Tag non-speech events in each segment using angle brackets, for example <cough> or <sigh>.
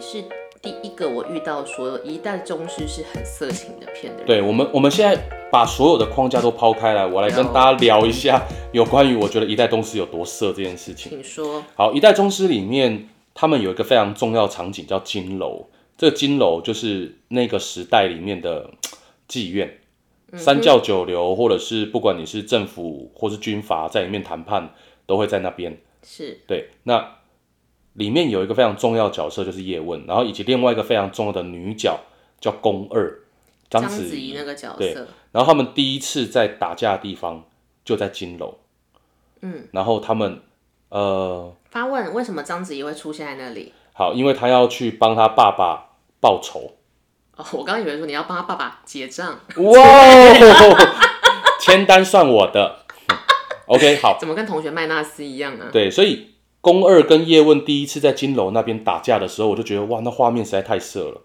是第一个我遇到说一代宗师是很色情的片的人。对我们，我们现在把所有的框架都抛开来，我来跟好大家聊一下有关于我觉得一代宗师有多色这件事情。请说，好，一代宗师里面，他们有一个非常重要的场景叫金楼，这个金楼就是那个时代里面的妓院，三教九流，或者是不管你是政府或是军阀在里面谈判，都会在那边。是对，那里面有一个非常重要的角色就是叶问，然后以及另外一个非常重要的女角叫宫二，章章子子怡怡。那个角对色，然后他们第一次在打架的地方就在金楼，嗯，然后他们呃发问为什么章子怡会出现在那里？好，因为他要去帮他爸爸报仇。哦，我刚刚以为说你要帮他爸爸结账，哇哦，签单算我的。OK，好，怎么跟同学麦纳斯一样啊？对，所以宫二跟叶问第一次在金楼那边打架的时候，我就觉得哇，那画面实在太色了。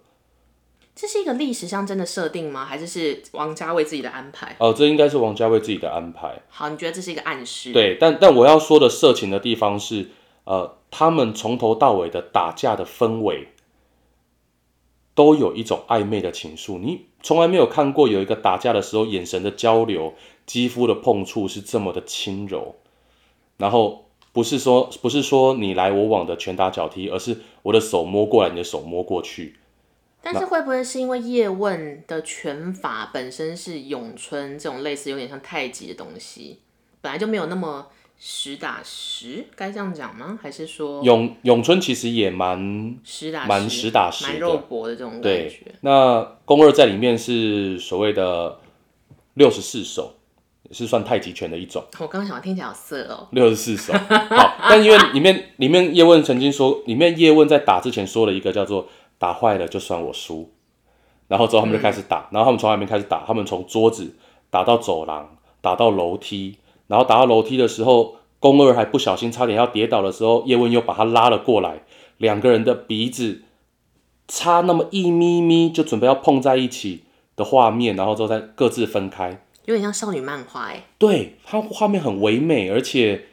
这是一个历史上真的设定吗？还是是王家卫自己的安排？哦、这应该是王家卫自己的安排。好，你觉得这是一个暗示？，对，但但我要说的色情的地方是，呃，他们从头到尾的打架的氛围，都有一种暧昧的情愫。你从来没有看过有一个打架的时候，眼神的交流、肌肤的碰触是这么的轻柔，然后不是说不是说你来我往的拳打脚踢，而是我的手摸过来，你的手摸过去。但是会不会是因为叶问的拳法本身是咏春这种类似有点像太极的东西，本来就没有那么实打实，该这样讲吗？还是说咏咏春其实也蛮实打蛮实打实的蛮肉搏的这种感对觉？，那宫二在里面是所谓的六十四手，也是算太极拳的一种，我刚刚想听起来好色哦，六十四手。好，但因为里面里面叶问曾经说，里面叶问在打之前说了一个叫做“打坏了就算我输”，然后之后他们就开始打，然后他们从哪边开始打？他们从桌子打到走廊，打到楼梯，然后打到楼梯的时候，宫二还不小心差点要跌倒的时候，叶问又把他拉了过来，两个人的鼻子差那么一咪咪就准备要碰在一起的画面，然后之后再各自分开。有点像少女漫画哎。对，它画面很唯美，而且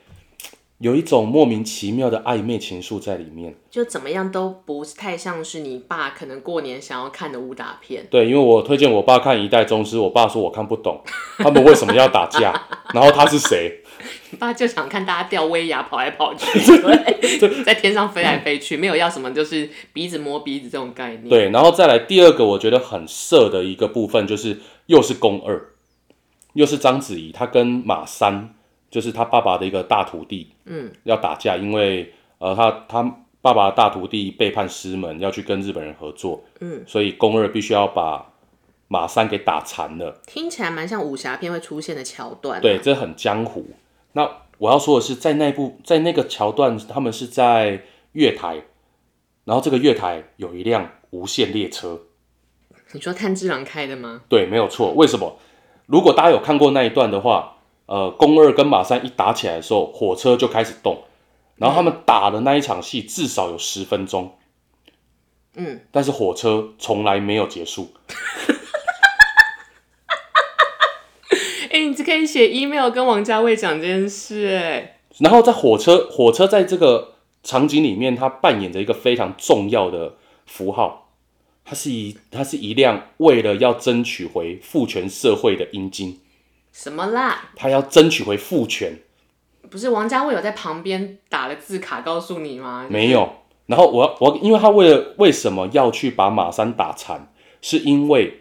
有一种莫名其妙的暧昧情愫在里面。就怎么样都不太像是你爸可能过年想要看的武打片，对，因为我推荐我爸看《一代宗师》，我爸说我看不懂，他们为什么要打架，然后他是谁？你爸就想看大家吊威亚跑来跑 <laughs> 去，对，在天上飞来飞去，没有要什么就是鼻子摸鼻子这种概念。，对，然后再来第二个，我觉得很色的一个部分就是又是宫二，又是章子怡，她跟马三，就是她爸爸的一个大徒弟，嗯，要打架，因为呃，他他爸爸的大徒弟背叛师门，要去跟日本人合作，嗯，所以宫二必须要把马三给打残了。听起来蛮像武侠片会出现的桥段。啊对，，这很江湖。那我要说的是，在那部在那个桥段，他们是在月台，然后这个月台有一辆无限列车，你说炭治郎开的吗？对，没有错。为什么？如果大家有看过那一段的话，呃，宫二跟马三一打起来的时候，火车就开始动，然后他们打的那一场戏至少有十分钟，嗯，但是火车从来没有结束。哎、你只可以写 email 跟王家卫讲这件事、哎，然后在火车，火车在这个场景里面，它扮演着一个非常重要的符号，它是一它是一辆为了要争取回父权社会的阴茎，什么啦？它要争取回父权，不是王家卫有在旁边打了字卡告诉你吗？没有。然后我要我要因为他为了为什么要去把马三打残，是因为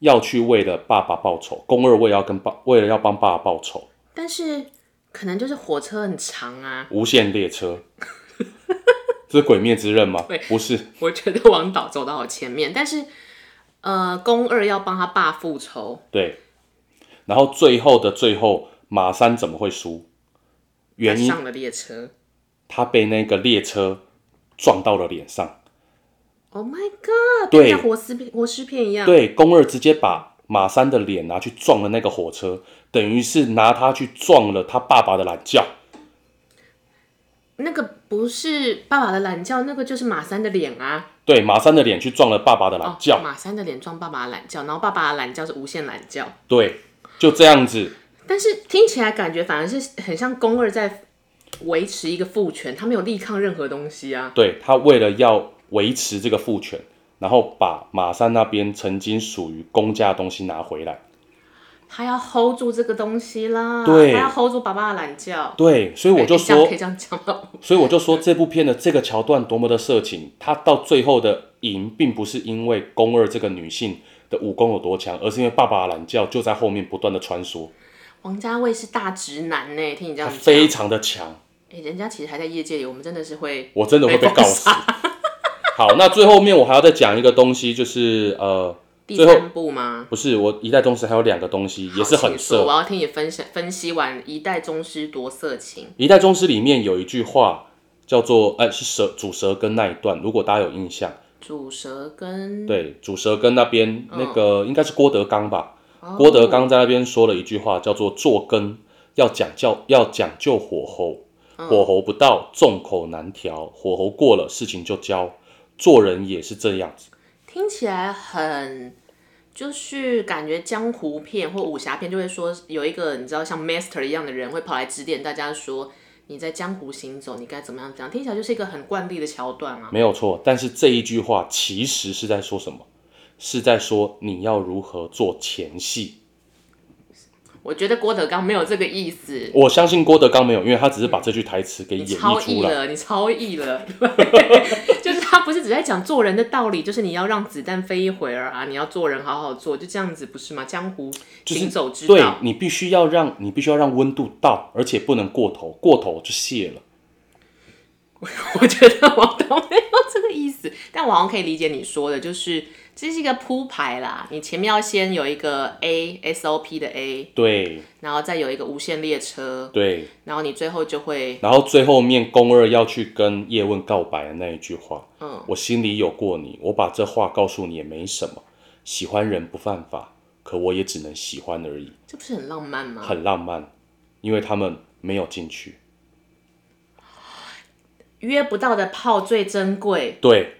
要去为了爸爸报仇，宫二为了要跟爸为了要帮爸爸报仇，但是可能就是火车很长啊，无限列车，这是鬼灭之刃吗？不是。我觉得王导走到好前面，但是呃，宫二要帮他爸复仇，对，然后最后的最后，马三怎么会输？他原因上了列车。他被那个列车撞到了脸上。 Oh my god！对变成活尸片活尸片一样。对，宫二直接把马三的脸拿去撞了那个火车，等于是拿他去撞了他爸爸的懒觉。那个不是爸爸的懒觉，那个就是马三的脸啊。对，马三的脸去撞了爸爸的懒觉。哦，马三的脸撞爸爸的懒觉，然后爸爸的懒觉是无限懒觉。对，就这样子。但是听起来感觉反而是很像宫二在维持一个父权，他没有力抗任何东西啊。对他为了要维持这个父权，然后把马山那边曾经属于公家的东西拿回来。他要 hold 住这个东西啦，对他要 hold 住爸爸的懒觉。对，所以我就哎这样说可以，这样讲吗？所以我就说这部片的这个桥段多么的色情，它到最后的赢并不是因为宫二这个女性的武功有多强，而是因为爸爸的懒觉就在后面不断的穿梭，王家卫是大直男呢，听你这他样讲，非常的强。哎、人家其实还在业界里，我们真的是会我真的会被告死被。 <laughs> 好，那最后面我还要再讲一个东西，就是呃，第最后三部吗？不是我一代宗师还有两个东西也是好请很说啊色。我要听你分享分析完《一代宗师》多色情，一代宗师里面有一句话叫做“哎、是蛇煮蛇羹那一段，如果大家有印象，主蛇跟对，煮蛇羹那边、那个应该是郭德纲吧？嗯哦郭德纲在那边说了一句话，叫做“做羹要讲究要讲究火候，嗯火候不到众口难调，火候过了事情就焦，做人也是这样子。”听起来很，就是感觉江湖片或武侠片就会说有一个你知道像 master 一样的人会跑来指点大家说你在江湖行走你该怎么样怎么样，听起来就是一个很惯例的桥段啊。没有错，但是这一句话其实是在说什么？是在说你要如何做前戏。我觉得郭德纲没有这个意思，我相信郭德纲没有，因为他只是把这句台词给你演超 <laughs> 绎出意来。了，你超意了，对，就是他不是只在讲做人的道理，就是你要让子弹飞一会儿啊，你要做人好好做，就这样子不是吗？江湖就是行走之道。对你必须要让你必须要让温度到，而且不能过头，过头就泄了。 <laughs> 我觉得我都没有这个意思，但我好像可以理解你说的，就是这是一个铺排啦。你前面要先有一个 A SOP 的 A，对然后再有一个无限列车，对，然后你最后就会然后最后面宫二要去跟叶问告白的那一句话，嗯，我心里有过你，我把这话告诉你也没什么，喜欢人不犯法，可我也只能喜欢而已，这不是很浪漫吗？很浪漫，因为他们没有进去。约不到的炮最珍贵，对，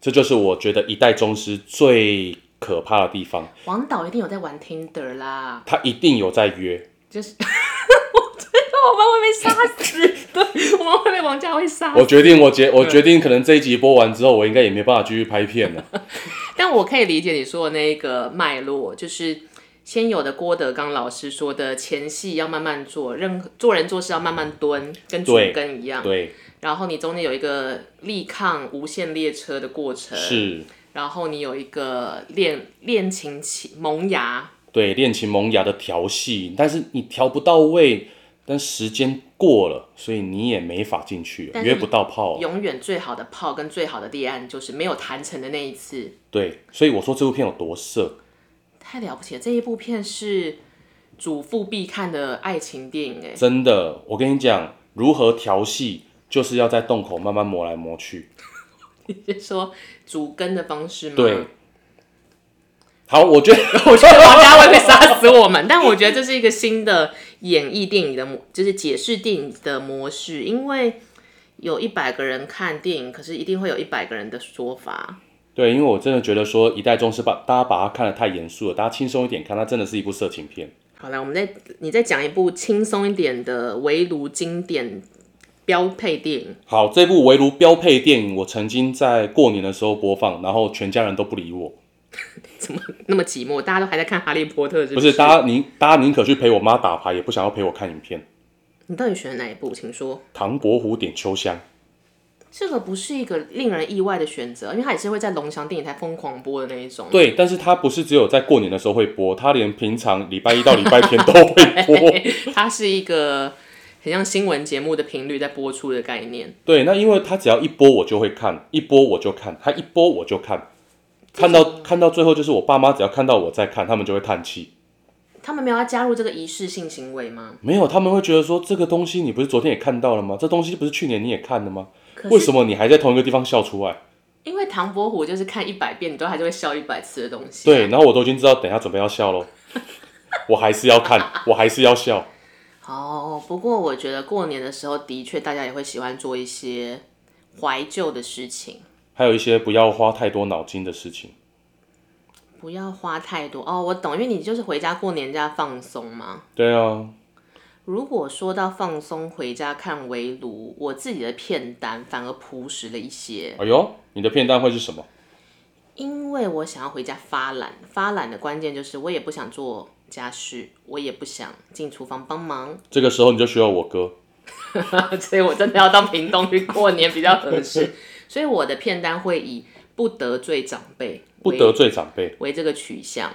这就是我觉得一代宗师最可怕的地方，王导一定有在玩 Tinder 啦，他一定有在约。就是 <laughs> 我觉得我们会被杀死，对，我们会被王家卫杀死我决定，我决我决定，可能这一集播完之后，我应该也没办法继续拍片了。但我可以理解你说的那一个脉络，就是先有的郭德纲老师说的前戏要慢慢做，任何做人做事要慢慢蹲，跟主对根一样。 <laughs> 对，然后你中间有一个力抗无限列车的过程，是，然后你有一个恋恋情起萌芽，对，恋情萌芽的调戏，但是你调不到位，但时间过了，所以你也没法进去了，但是约不到炮了。永远最好的炮跟最好的立案就是没有谈成的那一次，对，所以我说这部片有多色。太了不起了！这一部片是主妇必看的爱情电影，哎，真的，我跟你讲，如何调戏，就是要在洞口慢慢磨来磨去。你是说主根的方式吗？对，好，我觉得我觉得王家卫会杀死我们，但我觉得这是一个新的演绎电影的模，就是解释电影的模式，因为有一百个人看电影，可是一定会有一百个人的说法。对，因为我真的觉得说《一代宗师》把大家把它看得太严肃了，大家轻松一点看，它真的是一部色情片。好了，我们再你再讲一部轻松一点的围炉经典标配电影，好，这部围炉标配电影，我曾经在过年的时候播放，然后全家人都不理我，怎么那么寂寞？大家都还在看《哈利波特》是不不是大家宁大家宁可去陪我妈打牌，也不想要陪我看影片。你到底选了哪一部？请说。唐伯虎点秋香，这个不是一个令人意外的选择，因为它也是会在龙翔电影台疯狂播的那一种。对，但是它不是只有在过年的时候会播，它连平常礼拜一到礼拜天都会播。 <laughs> 它是一个很像新闻节目的频率在播出的概念。对，那因为它只要一播我就会看，一播我就看，它一播我就看，看到看到最后就是我爸妈只要看到我在看，他们就会叹气。他们没有要加入这个仪式性行为吗？没有，他们会觉得说这个东西你不是昨天也看到了吗？这东西不是去年你也看了吗？可为是啊什么你还在同一个地方笑出来？因为唐伯虎就是看一百遍，你都还是会笑一百次的东西。啊对，，然后我都已经知道等一下准备要笑 <laughs> 咯，我还是要看，我还是要笑。哦，不过我觉得过年的时候，的确大家也会喜欢做一些怀旧的事情，还有一些不要花太多脑筋的事情。不要花太多。哦，我懂，因为你就是回家过年假放松嘛。对啊，如果说到放松回家看围炉，我自己的片单反而朴实了一些，哎呦，你的片单会是什么？因为我想要回家发懒。发懒的关键就是我也不想做家事，我也不想进厨房帮忙， <laughs> 这个时候你就需要我哥。所以我真的要到屏东去过年比较合适。所以我的片单会以不得罪长辈不为得罪长辈，为这个取向。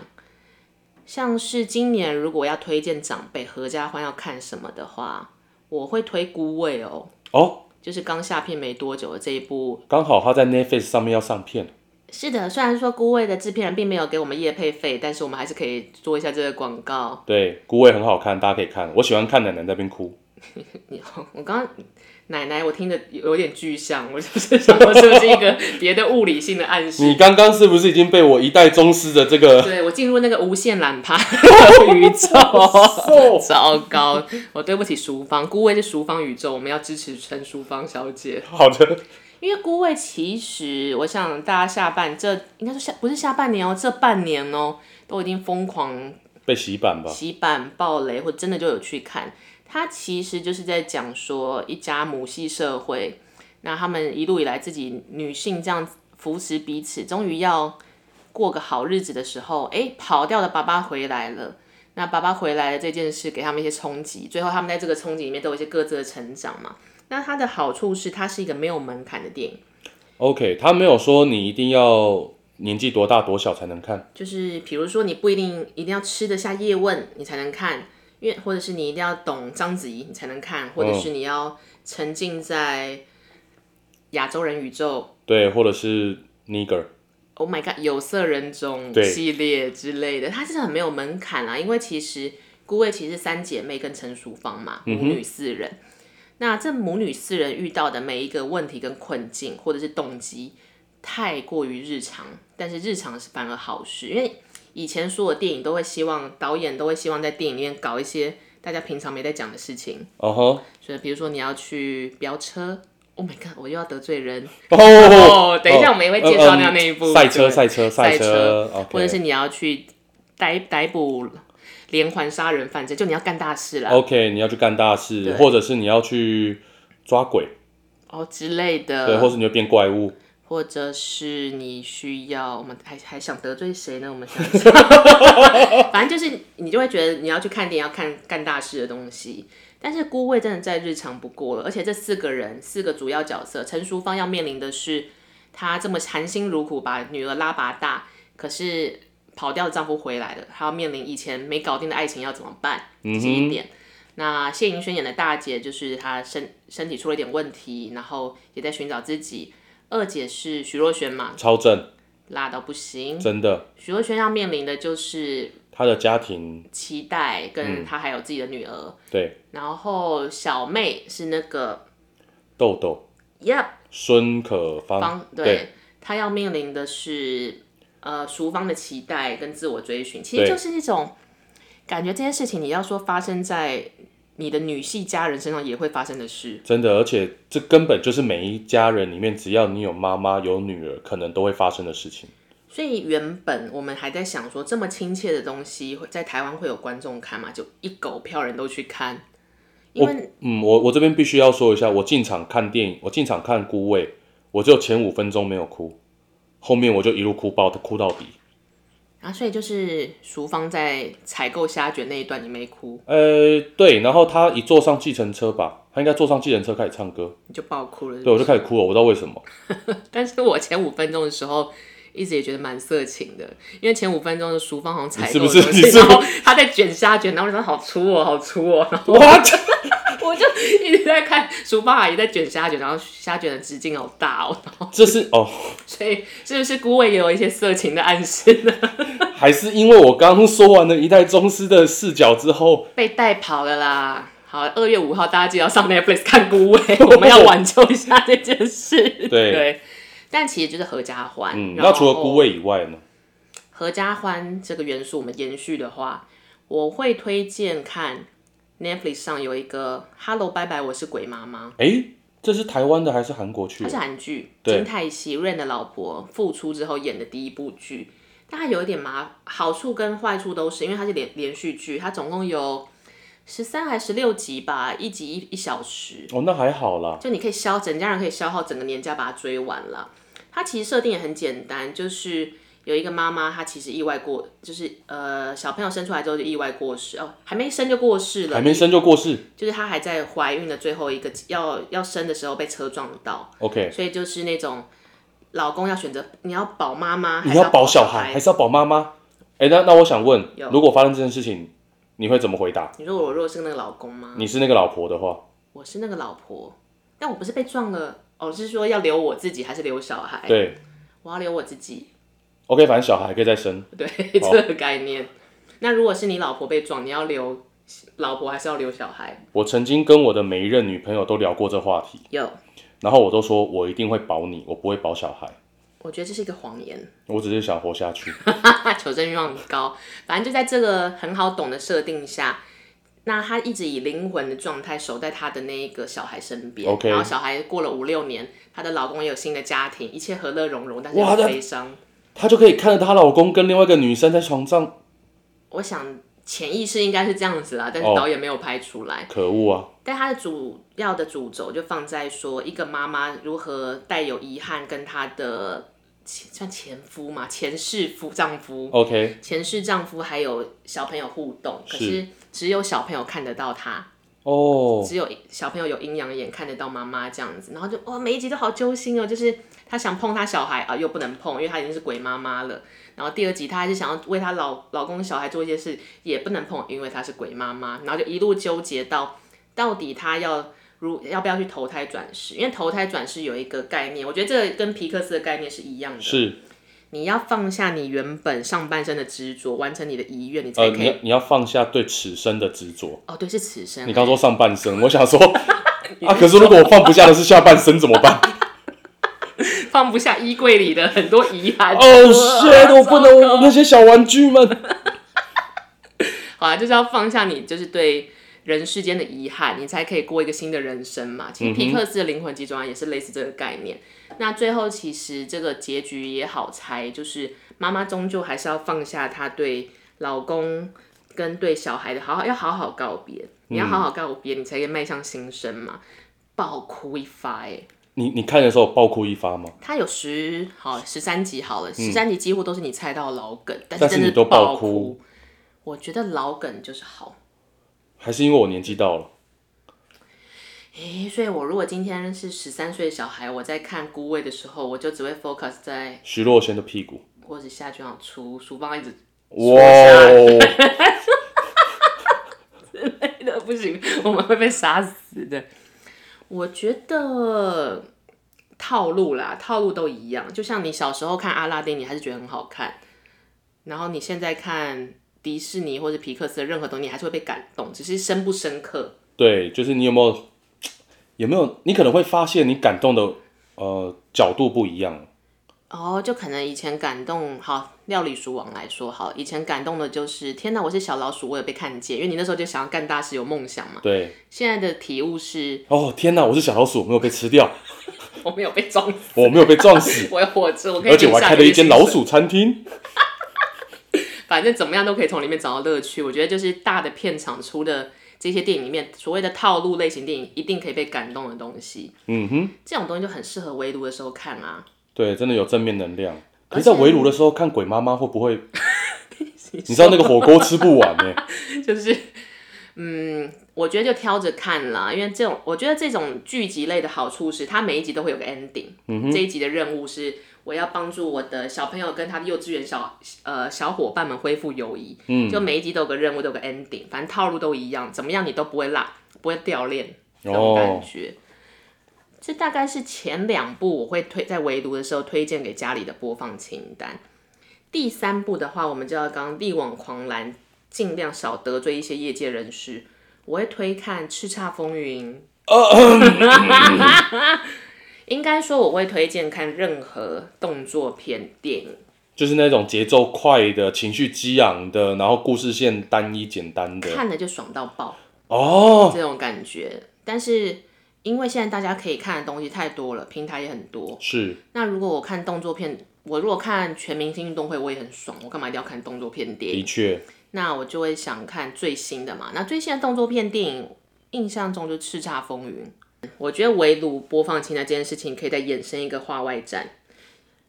像是今年如果要推荐长辈合家欢要看什么的话，我会推《孤味》哦，哦，就是刚下片没多久的这一部。刚好他在 Netflix 上面要上片，是的，虽然说《孤味》的制片人并没有给我们业配费，但是我们还是可以做一下这个广告。对，孤味很好看，大家可以看。我喜欢看奶奶在那边哭，我刚刚奶奶，我听着有点具象，我就是想说是不是一个别的物理性的暗示？你刚刚是不是已经被我一代宗师的这 <laughs> 个？对我进入那个无限懒趴的宇哦宙，<laughs> 糟糕！我对不起淑芳，孤味是淑芳宇宙，我们要支持陈淑芳小姐。好的，因为孤味其实，我想大家下半这应该说下不是下半年哦，这半年哦都已经疯狂被洗版吧？洗版爆雷，或真的就有去看。它其实就是在讲说一家母系社会，那他们一路以来自己女性这样扶持彼此，终于要过个好日子的时候，哎，跑掉的爸爸回来了。那爸爸回来了这件事给他们一些冲击，最后他们在这个冲击里面都有一些各自的成长嘛。那它的好处是，它是一个没有门槛的电影， OK，他没有说你一定要年纪多大多小才能看，就是比如说你不一定一定要吃得下叶问你才能看，因为或者是你一定要懂章子怡你才能看，或者是你要沉浸在亚洲人宇宙对，或者是 Nigger， ，Oh my God，有色人种对系列之类的，它是很没有门槛啦。因为其实孤味其实是三姐妹跟陈淑芳嘛，母女四人。那这母女四人遇到的每一个问题跟困境，或者是动机，太过于日常，但是日常是反而好事，因为以前所有电影都会希望导演都会希望在电影里面搞一些大家平常没在讲的事情，哦吼，所以比如说你要去飙车，Oh my god，我又要得罪人，哦，等一下我们也会介绍嗯嗯到那一部赛车，对赛车，赛车，OK，或者是你要去逮逮捕连环杀人犯，这就你要干大事啦， OK，你要去干大事啊对，或者是你要去抓鬼，哦之类对，的，或是你会变怪物，或者是你需要，我们还还想得罪谁呢？我们想一下， <laughs> 反正就是你就会觉得你要去看电影，要看干大事的东西。但是孤味真的再日常不过了，而且这四个人，四个主要角色，陈淑芳要面临的是，她这么含辛茹苦把女儿拉拔大，可是跑掉的丈夫回来了，她要面临以前没搞定的爱情要怎么办，这是一点。那谢盈萱演的大姐就是她身身体出了一点问题，然后也在寻找自己。二姐是徐若瑄嘛，超正，辣到不行。真的，徐若瑄要面临的就是他的家庭期待，嗯跟她还有自己的女儿。对然后小妹是那个豆豆 Yep 孙可芳，方，哦对，对，她要面临的是呃淑芳的期待跟自我追寻，其实对就是一种感觉这件事情你要说发生在你的女系家人身上也会发生的事。真的，而且这根本就是每一家人里面，只要你有妈妈有女儿，可能都会发生的事情。所以原本我们还在想说，这么亲切的东西会在台湾会有观众看吗？就一狗票人都去看，因为嗯，我我这边必须要说一下，我进场看电影，我进场看《孤味》，我只有前五分钟没有哭，后面我就一路哭爆，哭到底。啊，所以就是淑芳在采购虾卷那一段，你没哭，呃，对，然后他一坐上计程车吧，他应该坐上计程车开始唱歌，你就爆哭了。对我就开始哭了，我不知道为 <laughs> 什么。但是我前五分钟的时候，一直也觉得蛮色情的，因为前五分钟的淑芳好像采购你是不是 <laughs> 的东西你是然不是后她在卷虾卷，然后我就说好粗哦，好粗哦，然后 What？我就一直在看淑芳阿姨在卷虾卷，然后虾卷的直径好大哦，然后这是哦，所以是不是姑位也有一些色情的暗示呢？还是因为我刚刚说完了一代宗师的视角之后， <laughs> 被带跑了啦。好，二月五号大家记得要上 Netflix 看《孤 <laughs> 味》，我们要挽救一下这件事。对但其实就是合家欢。嗯，然后那除了孤，味以外呢？合家欢这个元素我们延续的话，我会推荐看 Netflix 上有一个《Hello 拜拜，我是鬼妈妈》，诶，这是台湾的还是韩国去它的？是韩剧，对金泰熙 Rain 的老婆复出之后演的第一部剧。但它有一点麻，好处跟坏处都是，因为它是连连续剧，它总共有十三还十六集吧，一集一一小时，哦，那还好啦。就你可以消整家人可以消耗整个年假把它追完了。它其实设定也很简单，就是有一个妈妈，她其实意外过，就是呃小朋友生出来之后就意外过世哦，还没生就过世了，还没生就过世就是她还在怀孕的最后一个要要生的时候被车撞到， ，OK？所以就是那种老公要选择你要保妈妈，还你是要保小小孩还是要保妈妈？哎、那那我想问，如果发生这件事情，你会怎么回答？你说我若是那个老公吗？你是那个老婆的话，我是那个老婆，但我不是被撞了哦，是说要留我自己还是留小孩？对我要留我自己， ，OK，反正小孩还可以再生， <laughs> 对、哦这个概念。那如果是你老婆被撞，你要留老婆还是要留小孩？我曾经跟我的每一任女朋友都聊过这话题，有，然后我都说我一定会保你，我不会保小孩，我觉得这是一个谎言。我只是想活下 <laughs> 去。求生欲望很高，反正就在这个很好懂的设定下，那他一直以灵魂的状态守在他的那一个小孩身边 OK 然后小孩过了五六年，她的老公也有新的家庭，一切和乐融融，但是哇又那悲伤。她就可以看着她老公跟另外一个女生在床上，我想潜意识应该是这样子啦，但是哦导演没有拍出来。可恶啊！但他的主要的主轴就放在说，一个妈妈如何带有遗憾跟她的前像前夫嘛，前世夫丈夫 OK，前世丈夫还有小朋友互动，可是是只有小朋友看得到他，哦，只有小朋友有阴阳眼看得到妈妈这样子，然后就哇每一集都好揪心哦，就是她想碰她小孩啊又不能碰，因为她已经是鬼妈妈了。然后第二集她还是想要为她老老公小孩做一些事，也不能碰，因为她是鬼妈妈。然后就一路纠结到到底她要如要不要去投胎转世，因为投胎转世有一个概念，我觉得这个跟皮克斯的概念是一样的，是你要放下你原本上半身的执着，完成你的遗愿，你才呃，可你以。要你要放下对此生的执着。哦，对，是此生。你刚说上半 <laughs> 身，我想说啊，可是如果我放不下的是下半身怎么办？放不下衣柜里的很多遗憾。 <laughs> 哦 shit，我不能我那些小玩具们。 <laughs> 好啊，就是要放下你就是对人世间的遗憾，你才可以过一个新的人生嘛。嗯其实皮克斯的灵魂集中案也是类似这个概念。那最后其实这个结局也好猜，就是妈妈终究还是要放下她对老公跟对小孩的好好，要好好告别。你要好好告别，你才可以迈向新生嘛。爆哭一发哎、你你看的时候爆哭一发吗？它有十好十三集好了，十三集几乎都是你猜到老梗，但是嗯但是真的你都爆爆哭我觉得老梗就是好，还是因为我年纪到了？诶、所以我如果今天是十三岁的小孩，我在看《孤味》的时候，我就只会 focus 在徐若瑄的屁股，或者下卷好粗，书包一直 <laughs> 哇说累的不行，我们会被杀死的。我觉得套路啦，套路都一样。就像你小时候看阿拉丁，你还是觉得很好看，然后你现在看迪士尼或者皮克斯的任何东西，你还是会被感动，只是深不深刻。对，就是你有没有有没有？你可能会发现你感动的呃角度不一样。哦，就可能以前感动，好料理鼠王来说，好以前感动的就是天哪，我是小老鼠，我有被看见，因为你那时候就想要干大事，有梦想嘛。对，现在的体悟是，哦天哪，我是小老鼠，没有被吃掉，我没有被撞死，我没有被撞死，我有活着， <laughs> 我可以。而且我还开了一间老，鼠餐厅。反正怎么样都可以从里面找到乐趣。我觉得就是大的片场出的这些电影里面，所谓的套路类型电影，一定可以被感动的东西。嗯哼，这种东西就很适合围炉的时候看啊。对，真的有正面能量。可而且是，在围炉的时候看鬼妈妈会 <laughs> 不会？你知道那个火锅吃不完欸呢、就是，嗯，我觉得就挑着看啦，因为这种我觉得这种剧集类的好处是，它每一集都会有个 ending。这一集的任务是我要帮助我的小朋友跟他的幼稚园小呃小伙伴们恢复友谊。嗯，就每一集都有个任务，都有个 ending，反正套路都一样，怎么样你都不会落，不会掉链 <laughs> 这种感哦，觉。这大概是前两部我会推在围读的时候推荐给家里的播放清单。第三部的话，我们就要刚力挽狂澜，尽量少得罪一些业界人士。我会推看《叱咤风云》应该说我会推荐看任何动作片电影。就是那种节奏快的、情绪激昂的，然后故事线单一简单的。看了就爽到爆哦，这种感觉。但是因为现在大家可以看的东西太多了，平台也很多，是那如果我看动作片，我如果看全明星运动会，我也很爽。我干嘛一定要看动作片电影？的确，那我就会想看最新的嘛。那最新的动作片电影，印象中就《叱咤风云》。我觉得围炉播放清单这件事情，可以再衍生一个话外战。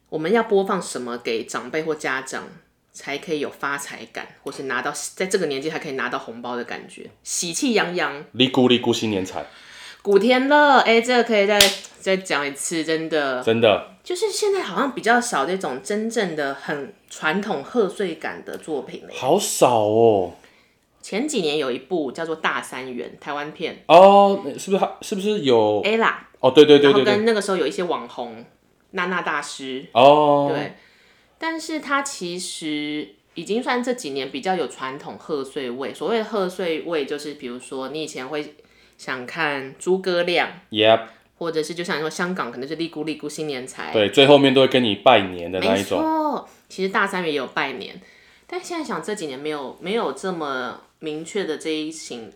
我们要播放什么给长辈或家长，才可以有发财感，或是拿到在这个年纪还可以拿到红包的感觉，喜气洋洋。哩咕哩咕新年财，古天乐，哎、这个可以再再讲一次，真的。真的就是现在好像比较少这种真正的很传统贺岁感的作品了。好少哦。前几年有一部叫做《大三元》台湾片哦，是不是还是不是有？ ，ella，哦，对对对哎然后对对，跟那个时候有一些网红娜娜大师，哦，对，但是它其实已经算这几年比较有传统贺岁味。所谓的贺岁味，就是比如说你以前会想看诸葛亮， ，Yep，或者是就像说香港可能是利姑利姑新年财，对，最后面都会跟你拜年的那哎没一种，错，其实大三也有拜年，但现在想这几年没有没有这么明确的这一型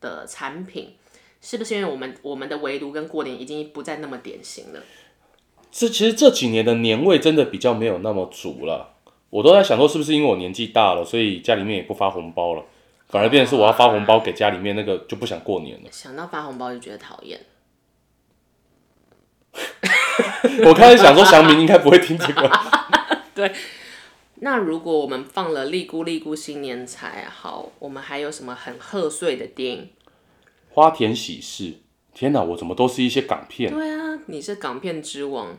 的产品，是不是因为我们我们的围炉跟过年已经不再那么典型了？这其实这几年的年味真的比较没有那么足了。我都在想说，是不是因为我年纪大了，所以家里面也不发红包了，反而变成是我要发红包给家里面那个就不想过 <laughs> 年了。想到发红包就觉得讨厌，我开始想说，祥明应该不会听这个。那如果我们放了《利姑利姑新年财》，好，我们还有什么很贺岁的电影？花田喜事，天哪，我怎么都是一些港片？对啊，你是港片之王。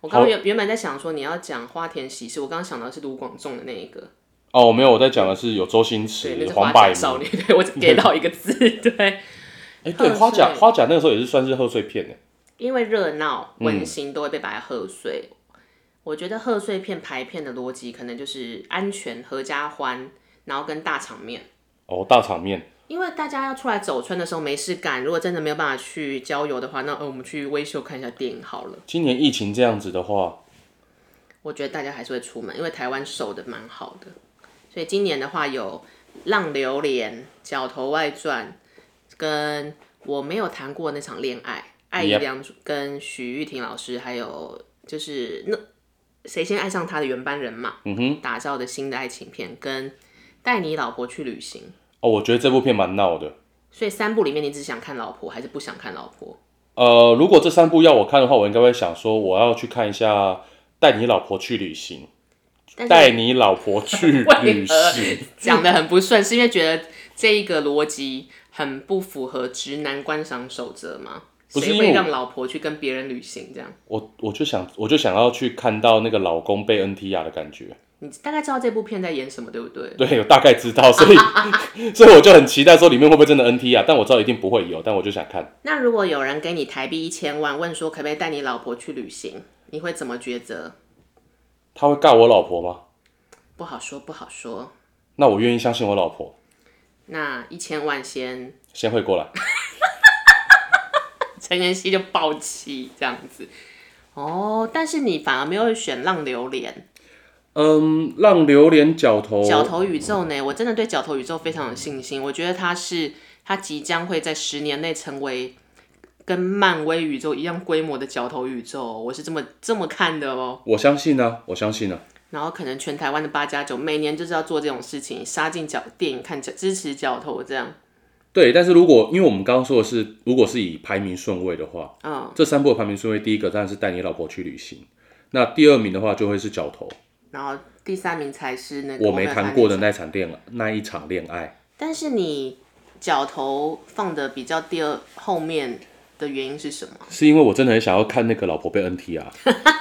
我刚刚原原本在想说你要讲《花田喜事》，我刚刚想到是卢广仲的那一个，哦，没有，我在讲的是有周星对，那驰、是《黄花甲百鸣。少女》，对我只给到一个字，对。哎，贺对，岁花甲花甲那个时候也是算是贺岁片呢。因为热闹、温馨都会被摆在贺岁。我觉得贺岁片排片的逻辑可能就是安全、合家欢，然后跟大场面。哦，大场面，因为大家要出来走春的时候没事干，如果真的没有办法去郊游的话，那呃我们去微秀看一下电影好了。今年疫情这样子的话，我觉得大家还是会出门，因为台湾守的蛮好的。所以今年的话有《浪流连》《角头外传》，跟我没有谈过那场恋爱，艾怡良跟许玉婷老师，还有就是那谁先爱上他的原班人马，嗯哼，打造的新的爱情片，跟带你老婆去旅行。哦，我觉得这部片蛮闹的。所以三部里面，你只想看老婆还是不想看老婆？呃，如果这三部要我看的话，我应该会想说，我要去看一下《带你老婆去旅行》，但带是你老婆去旅哎 <laughs> 为何行。讲的很不顺，是因为觉得这一个逻辑很不符合直男观赏守则吗？不是谁因为会我让老婆去跟别人旅行这样？我我就想，我就想要去看到那个老公被 NT 雅的感觉。你大概知道这部片在演什么，对不对？对，我大概知道，所 <laughs> 以所以我就很期待说里面会不会真的 NT 啊？但我知道一定不会有，但我就想看。那如果有人给你台币一千万，问说可不可以带你老婆去旅行，你会怎么抉择？他会尬我老婆吗？不好说，不好说。那我愿意相信我老婆，那一千万先，先会过来。陈妍希就暴气这样子。哦，但是你反而没有选浪流连嗯，让榴莲角头角头宇宙呢？我真的对角头宇宙非常有信心，我觉得它是它即将会在十年内成为跟漫威宇宙一样规模的角头宇宙哦，我是这么这么看的哦。我相信啊，我相信啊。然后可能全台湾的八加九每年就是要做这种事情，杀进角电影看角支持角头这样，对，但是如果因为我们刚刚说的是，如果是以排名顺位的话，嗯，这三部的排名顺位，第一个当然是带你老婆去旅行，那第二名的话就会是角头，然后第三名才是那个我没谈过的。的那场恋爱那一场恋爱，但是你角头放的比较第二后面的原因是什么？ <laughs> 是因为我真的很想要看那个老婆被 NT 啊。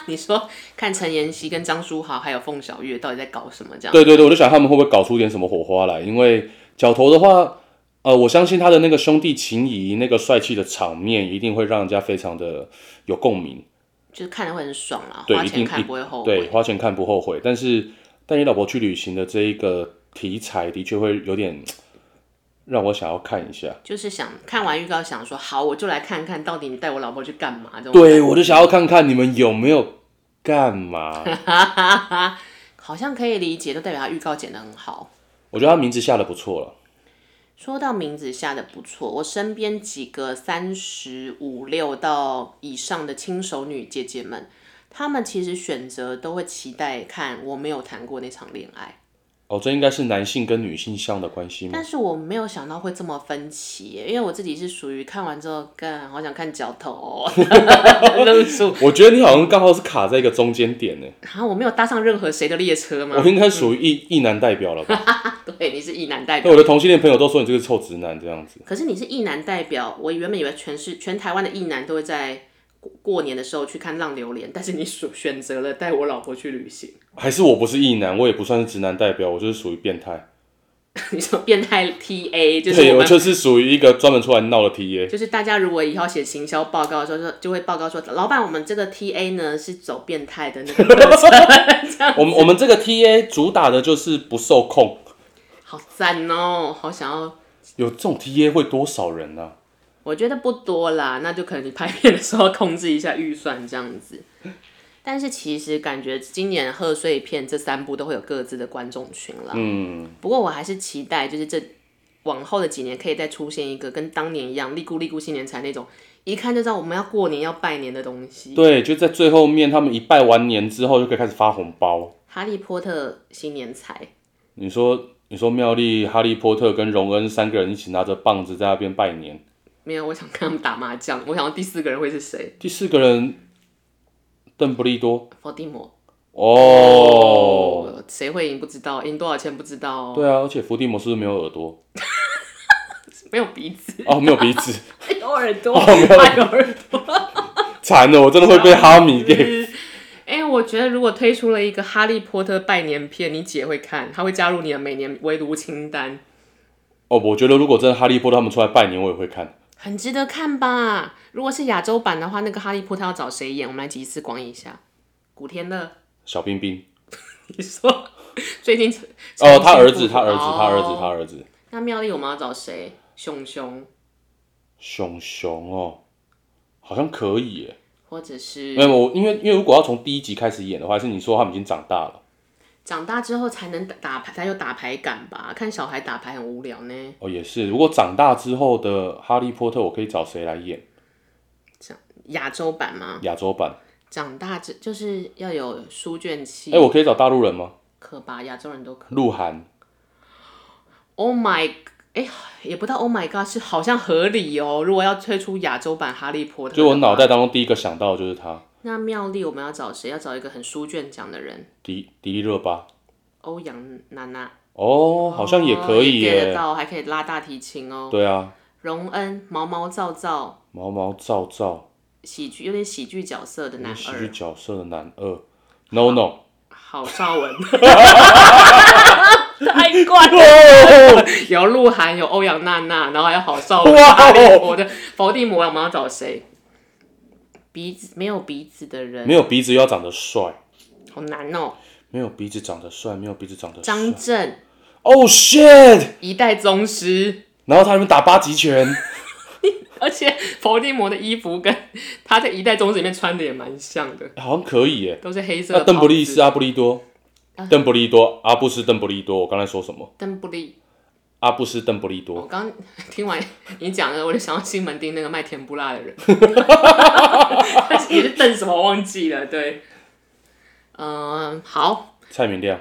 你说看陈妍希跟张书豪还有凤小岳到底在搞什么这样？对对对，我就想他们会不会搞出点什么火花来？因为角头的话，呃，我相信他的那个兄弟情谊、那个帅气的场面，一定会让人家非常的有共鸣。就是看的会很爽啦，对花一钱定看不哦会后对，悔。花钱看不后悔。但是带你老婆去旅行的这一个题材，的确会有点让我想要看一下。就是想看完预告，想说好，我就来看看到底你带我老婆去干嘛这种。对，我就想要看看你们有没有干嘛。好像可以理解，就代表他预告剪得很好。我觉得他名字下的不错了。说到名字下的不错，我身边几个三十五六到以上的轻熟女姐姐们，她们其实选择都会期待看《我没有谈过那场恋爱》。哦，这应该是男性跟女性向的关系吗？但是我没有想到会这么分歧耶，因为我自己是属于看完之后，干好想看脚头、哦， <laughs> 愣住。 <laughs> 我觉得你好像刚好是卡在一个中间点呢。啊，我没有搭上任何谁的列车吗我？应该属于异异男代表了吧？对，你是异男代 <laughs> 那表。我的同性恋朋友都说你这个臭直男这样子。可是你是异男代表，我原本以为全是全台湾的异男都会在过过年的时候去看浪流连，但是你选选择了带我老婆去旅行， <laughs> 还是我不是异男，我也不算是直男代表，我就是属于变态。你说变态 TA 就是对，我我们。就是属于一个专门出来闹的 TA。就是大家如果以后写行销报告的时候，就就会报告说，老板，我们这个 TA 呢是走变态的那个 <laughs> 路线，我们我们这个 TA 主打的就是不受控，好赞哦，好想要。有这种 TA 会多少人啊呢、我觉得不多啦，那就可能你拍片的时候控制一下预算这样子。但是其实感觉今年贺岁片这三部都会有各自的观众群啦。嗯，不过我还是期待，就是这往后的几年可以再出现一个跟当年一样，利姑利姑新年财那种，一看就知道我们要过年要拜年的东西。对，就在最后面，他们一拜完年之后就可以开始发红包。哈利波特新年财，你说，你说妙丽、哈利波特跟荣恩三个人一起拿着棒子在那边拜年，没有，我想跟他们打麻将，我想要第四个人会是谁？第四个人邓布利多伏地魔。哦，，谁会赢不知道，赢多少钱不知道哦，对啊，而且伏地魔是不是没有耳朵？没有鼻子，哦，没有鼻子，有 <laughs> 耳哦朵，还有耳 <laughs> 朵。惨了，我真的会被哈米给。哎、我觉得如果推出了一个哈利波特拜年片，你姐会看，她会加入你的每年围炉清单，哦，我觉得如果真的哈利波特他们出来拜年，我也会看。很值得看吧？如果是亚洲版的话，那个哈利波特要找谁演？我们来集思广益一下。古天乐，小冰冰，你说最近哦，他儿子，他儿子，哦他儿子，他儿子，那妙丽我们要找谁？熊熊，熊熊哦，好像可以耶。或者没是有，我因为因为如果要从第一集开始演的话，还是你说他们已经长大了？长大之后才能打打牌，才有打牌感吧？看小孩打牌很无聊呢。哦，也是。如果长大之后的哈利波特，我可以找谁来演亚洲版吗？亚洲版？长大之就是要有书卷气哎、，我可以找大陆人吗？可吧？亚洲人都可。鹿晗， Oh my，哎、也不到 Oh my God，是好像合理哦。如果要推出亚洲版《哈利波特》，就我脑袋当中第一个想到的就是他，那妙丽，我们要找谁？要找一个很书卷奖的人，迪迪丽热巴。欧阳娜娜。哦，好像也可以哦也 get 得耶。到，还可以拉大提琴哦。对啊，荣恩，毛毛躁躁，毛毛躁躁，喜剧有点喜剧角色的男喜二，剧角色的男二。No no，郝邵 <laughs> 文。太怪了， <laughs> 有鹿晗，有欧阳娜娜，然后还有郝邵文，哇哦哈利波特，伏地 <laughs> 魔，我们要找谁？鼻子没有鼻子的人 <laughs> 没，有鼻子又要长得帅，好难哦。没有鼻子长得帅，没有鼻子长得帅。张震， Oh shit！一代宗师，然后他们打八极拳， <laughs> 而且伏地魔的衣服跟他在一代宗师里面穿的也蛮像的，好像可以耶。都是黑色的那袍子。邓布利是阿啊布利多，啊邓布利多，阿布是邓布利多。我刚才说什么？邓布利，阿布是邓布利多我。刚听完你讲的，我就想到西门町那个卖甜不辣 <laughs> 的人，你是邓什么忘记了？对，嗯，好，蔡明 <laughs> 亮，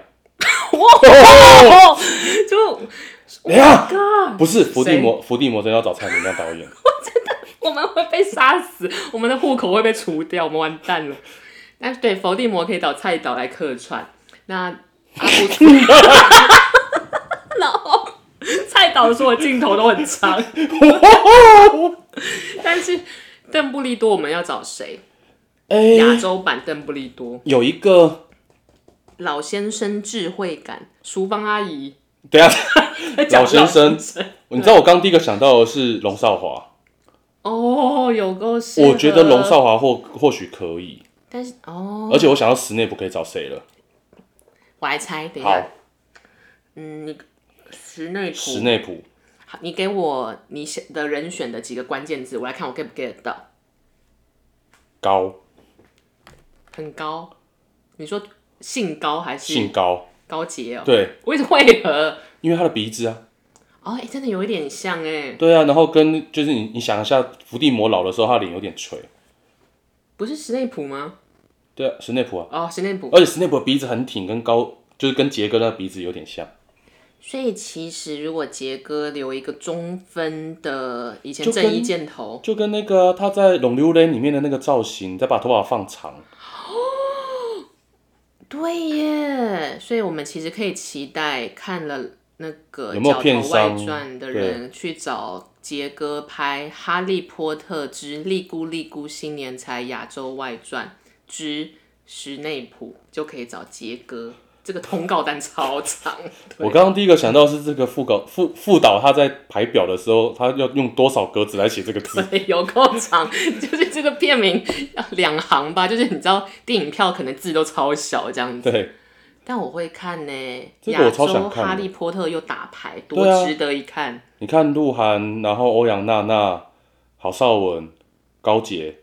哇，就哎呀，不是伏地魔，伏地魔真的要找蔡明亮导 <laughs> 演。我们会被杀死，我们的户口会被除掉，我们完蛋了。但是对伏地魔可以找菜岛来客串，那阿布斯， <laughs> 然后菜岛说的镜头都很长，但是邓布利多我们要找谁？哎，亚洲版邓布利多，有一个，老先生智慧感，淑芳阿姨，等一下， <laughs> 讲老先生你知道我刚第一个想到的是龙少华，哦，有够适合我觉得龙，少华或或许可以，但是哦，而且我想到室内不可以找谁了。我来猜，等一下好，，嗯，你室内图史内普，好，你给我你选的人选的几个关键字，我来看我 get 不 get 得到。高，很高，你说姓高还是姓高，高洁哦？，对，为为何？因为他的鼻子啊，哦，哎、真的有一点像哎，对啊，然后跟就是你你想一下，伏地魔老的时候，他脸有点垂，不是史内普吗？对啊，史内普啊，哦，史内普，而且史内普的鼻子很挺，跟高就是跟杰哥那个鼻子有点像，所以其实如果杰哥留一个中分的以前就正义跟箭头，就跟那个啊他在《龙溜雷》里面的那个造型，再把头发放长，对耶，所以我们其实可以期待看了那个有《没有角片头外商传》的人去找杰哥拍《哈利波特之利姑利姑新年才亚洲外传之史内普》，就可以找杰哥。这个通告单超 <laughs> 长，我刚刚第一个想到是这个副稿副副导他在排表的时候，他要用多少格子来写这个字？ <laughs> 对，有够长，就是这个片名要两行吧，就是你知道电影票可能字都超小这样子。对，但我会看呢，这个亚我超洲想看的哈利波特又打牌，对多啊值得一看。你看鹿晗，然后欧阳娜娜、郝邵文、高洁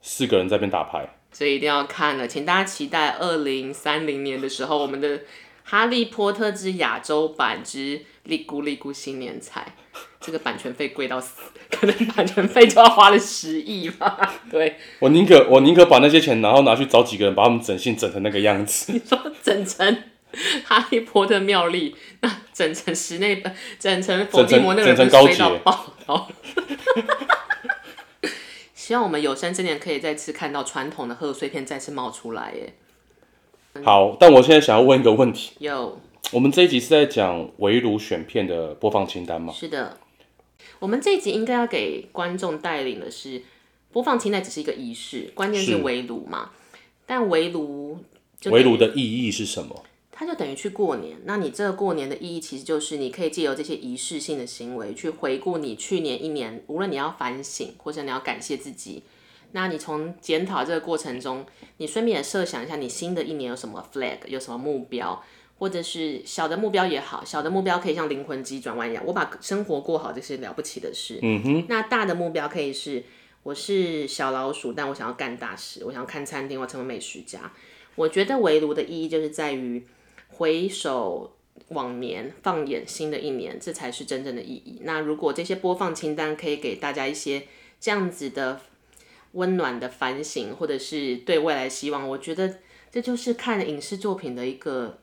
四个人在那边打牌，所以一定要看了，请大家期待二零三零年的时候，我们的《哈利波特之亚洲版之利咕利咕新年彩》，这个版权费贵到死，可能版权费就要花了十亿吧。 <laughs> 对，我宁可我宁可把那些钱，然后拿去找几个人把他们整性整成那个样 <laughs> 子。你说整成哈利波特妙丽，那整成室内本，整成伏地魔那个人整成不是衰整成到高爆 <laughs> 好希望我们有生之年可以再次看到传统的贺岁片再次冒出来耶！好，但我现在想要问一个问题：有。我们这一集是在讲围炉选片的播放清单吗？是的，我们这一集应该要给观众带领的是，播放清单只是一个仪式，关键是是围炉嘛。但围炉就围炉等于，的意义是什么？它就等于去过年。那你这个过年的意义，其实就是你可以借由这些仪式性的行为，去回顾你去年一年，无论你要反省或者你要感谢自己。那你从检讨这个过程中，你顺便也设想一下，你新的一年有什么 flag，有什么目标，或者是小的目标也好，小的目标可以像灵魂机转弯一样，我把生活过好，这是了不起的事。嗯哼。那大的目标可以是，我是小老鼠，但我想要干大事，我想要看餐厅，我成为美食家。我觉得围炉的意义就是在于回首往年，放眼新的一年，这才是真正的意义。那如果这些播放清单可以给大家一些这样子的温暖的反省，或者是对未来希望，我觉得这就是看影视作品的一个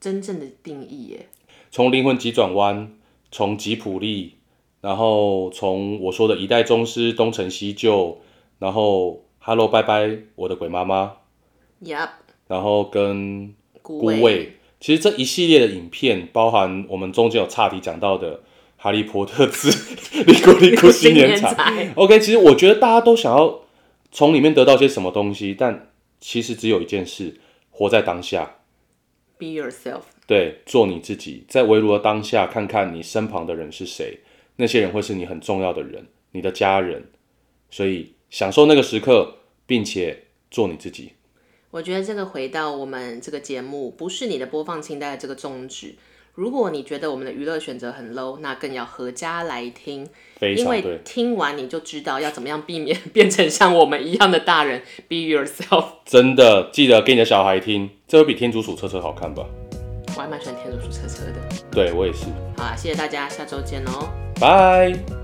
真正的定义耶。从灵魂急转弯，从吉普力，然后从我说的一代宗师东成西就，然后 Hello 拜拜我的鬼妈妈， Yup，然后跟顾孤味，其实这一系列的影片，包含我们中间有岔题讲到的《哈利波特之 <laughs> 利古利古新年彩》彩， OK，其实我觉得大家都想要从里面得到些什么东西，但其实只有一件事：活在当下。 Be yourself。对，做你自己，在围炉的当下，看看你身旁的人是谁，那些人会是你很重要的人，你的家人，所以享受那个时刻，并且做你自己。我觉得这个回到我们这个节目，不是你的播放清单的这个宗旨。如果你觉得我们的娱乐选择很 low，那更要合家来听，非因常为对，听完你就知道要怎么样避免 <laughs> 变成像我们一样的大人。Be yourself。真的记得给你的小孩听，这会比天竺鼠车车好看吧？我还蛮喜欢天竺鼠车车的。对我也是，好啦，谢谢大家，下周见哦。拜。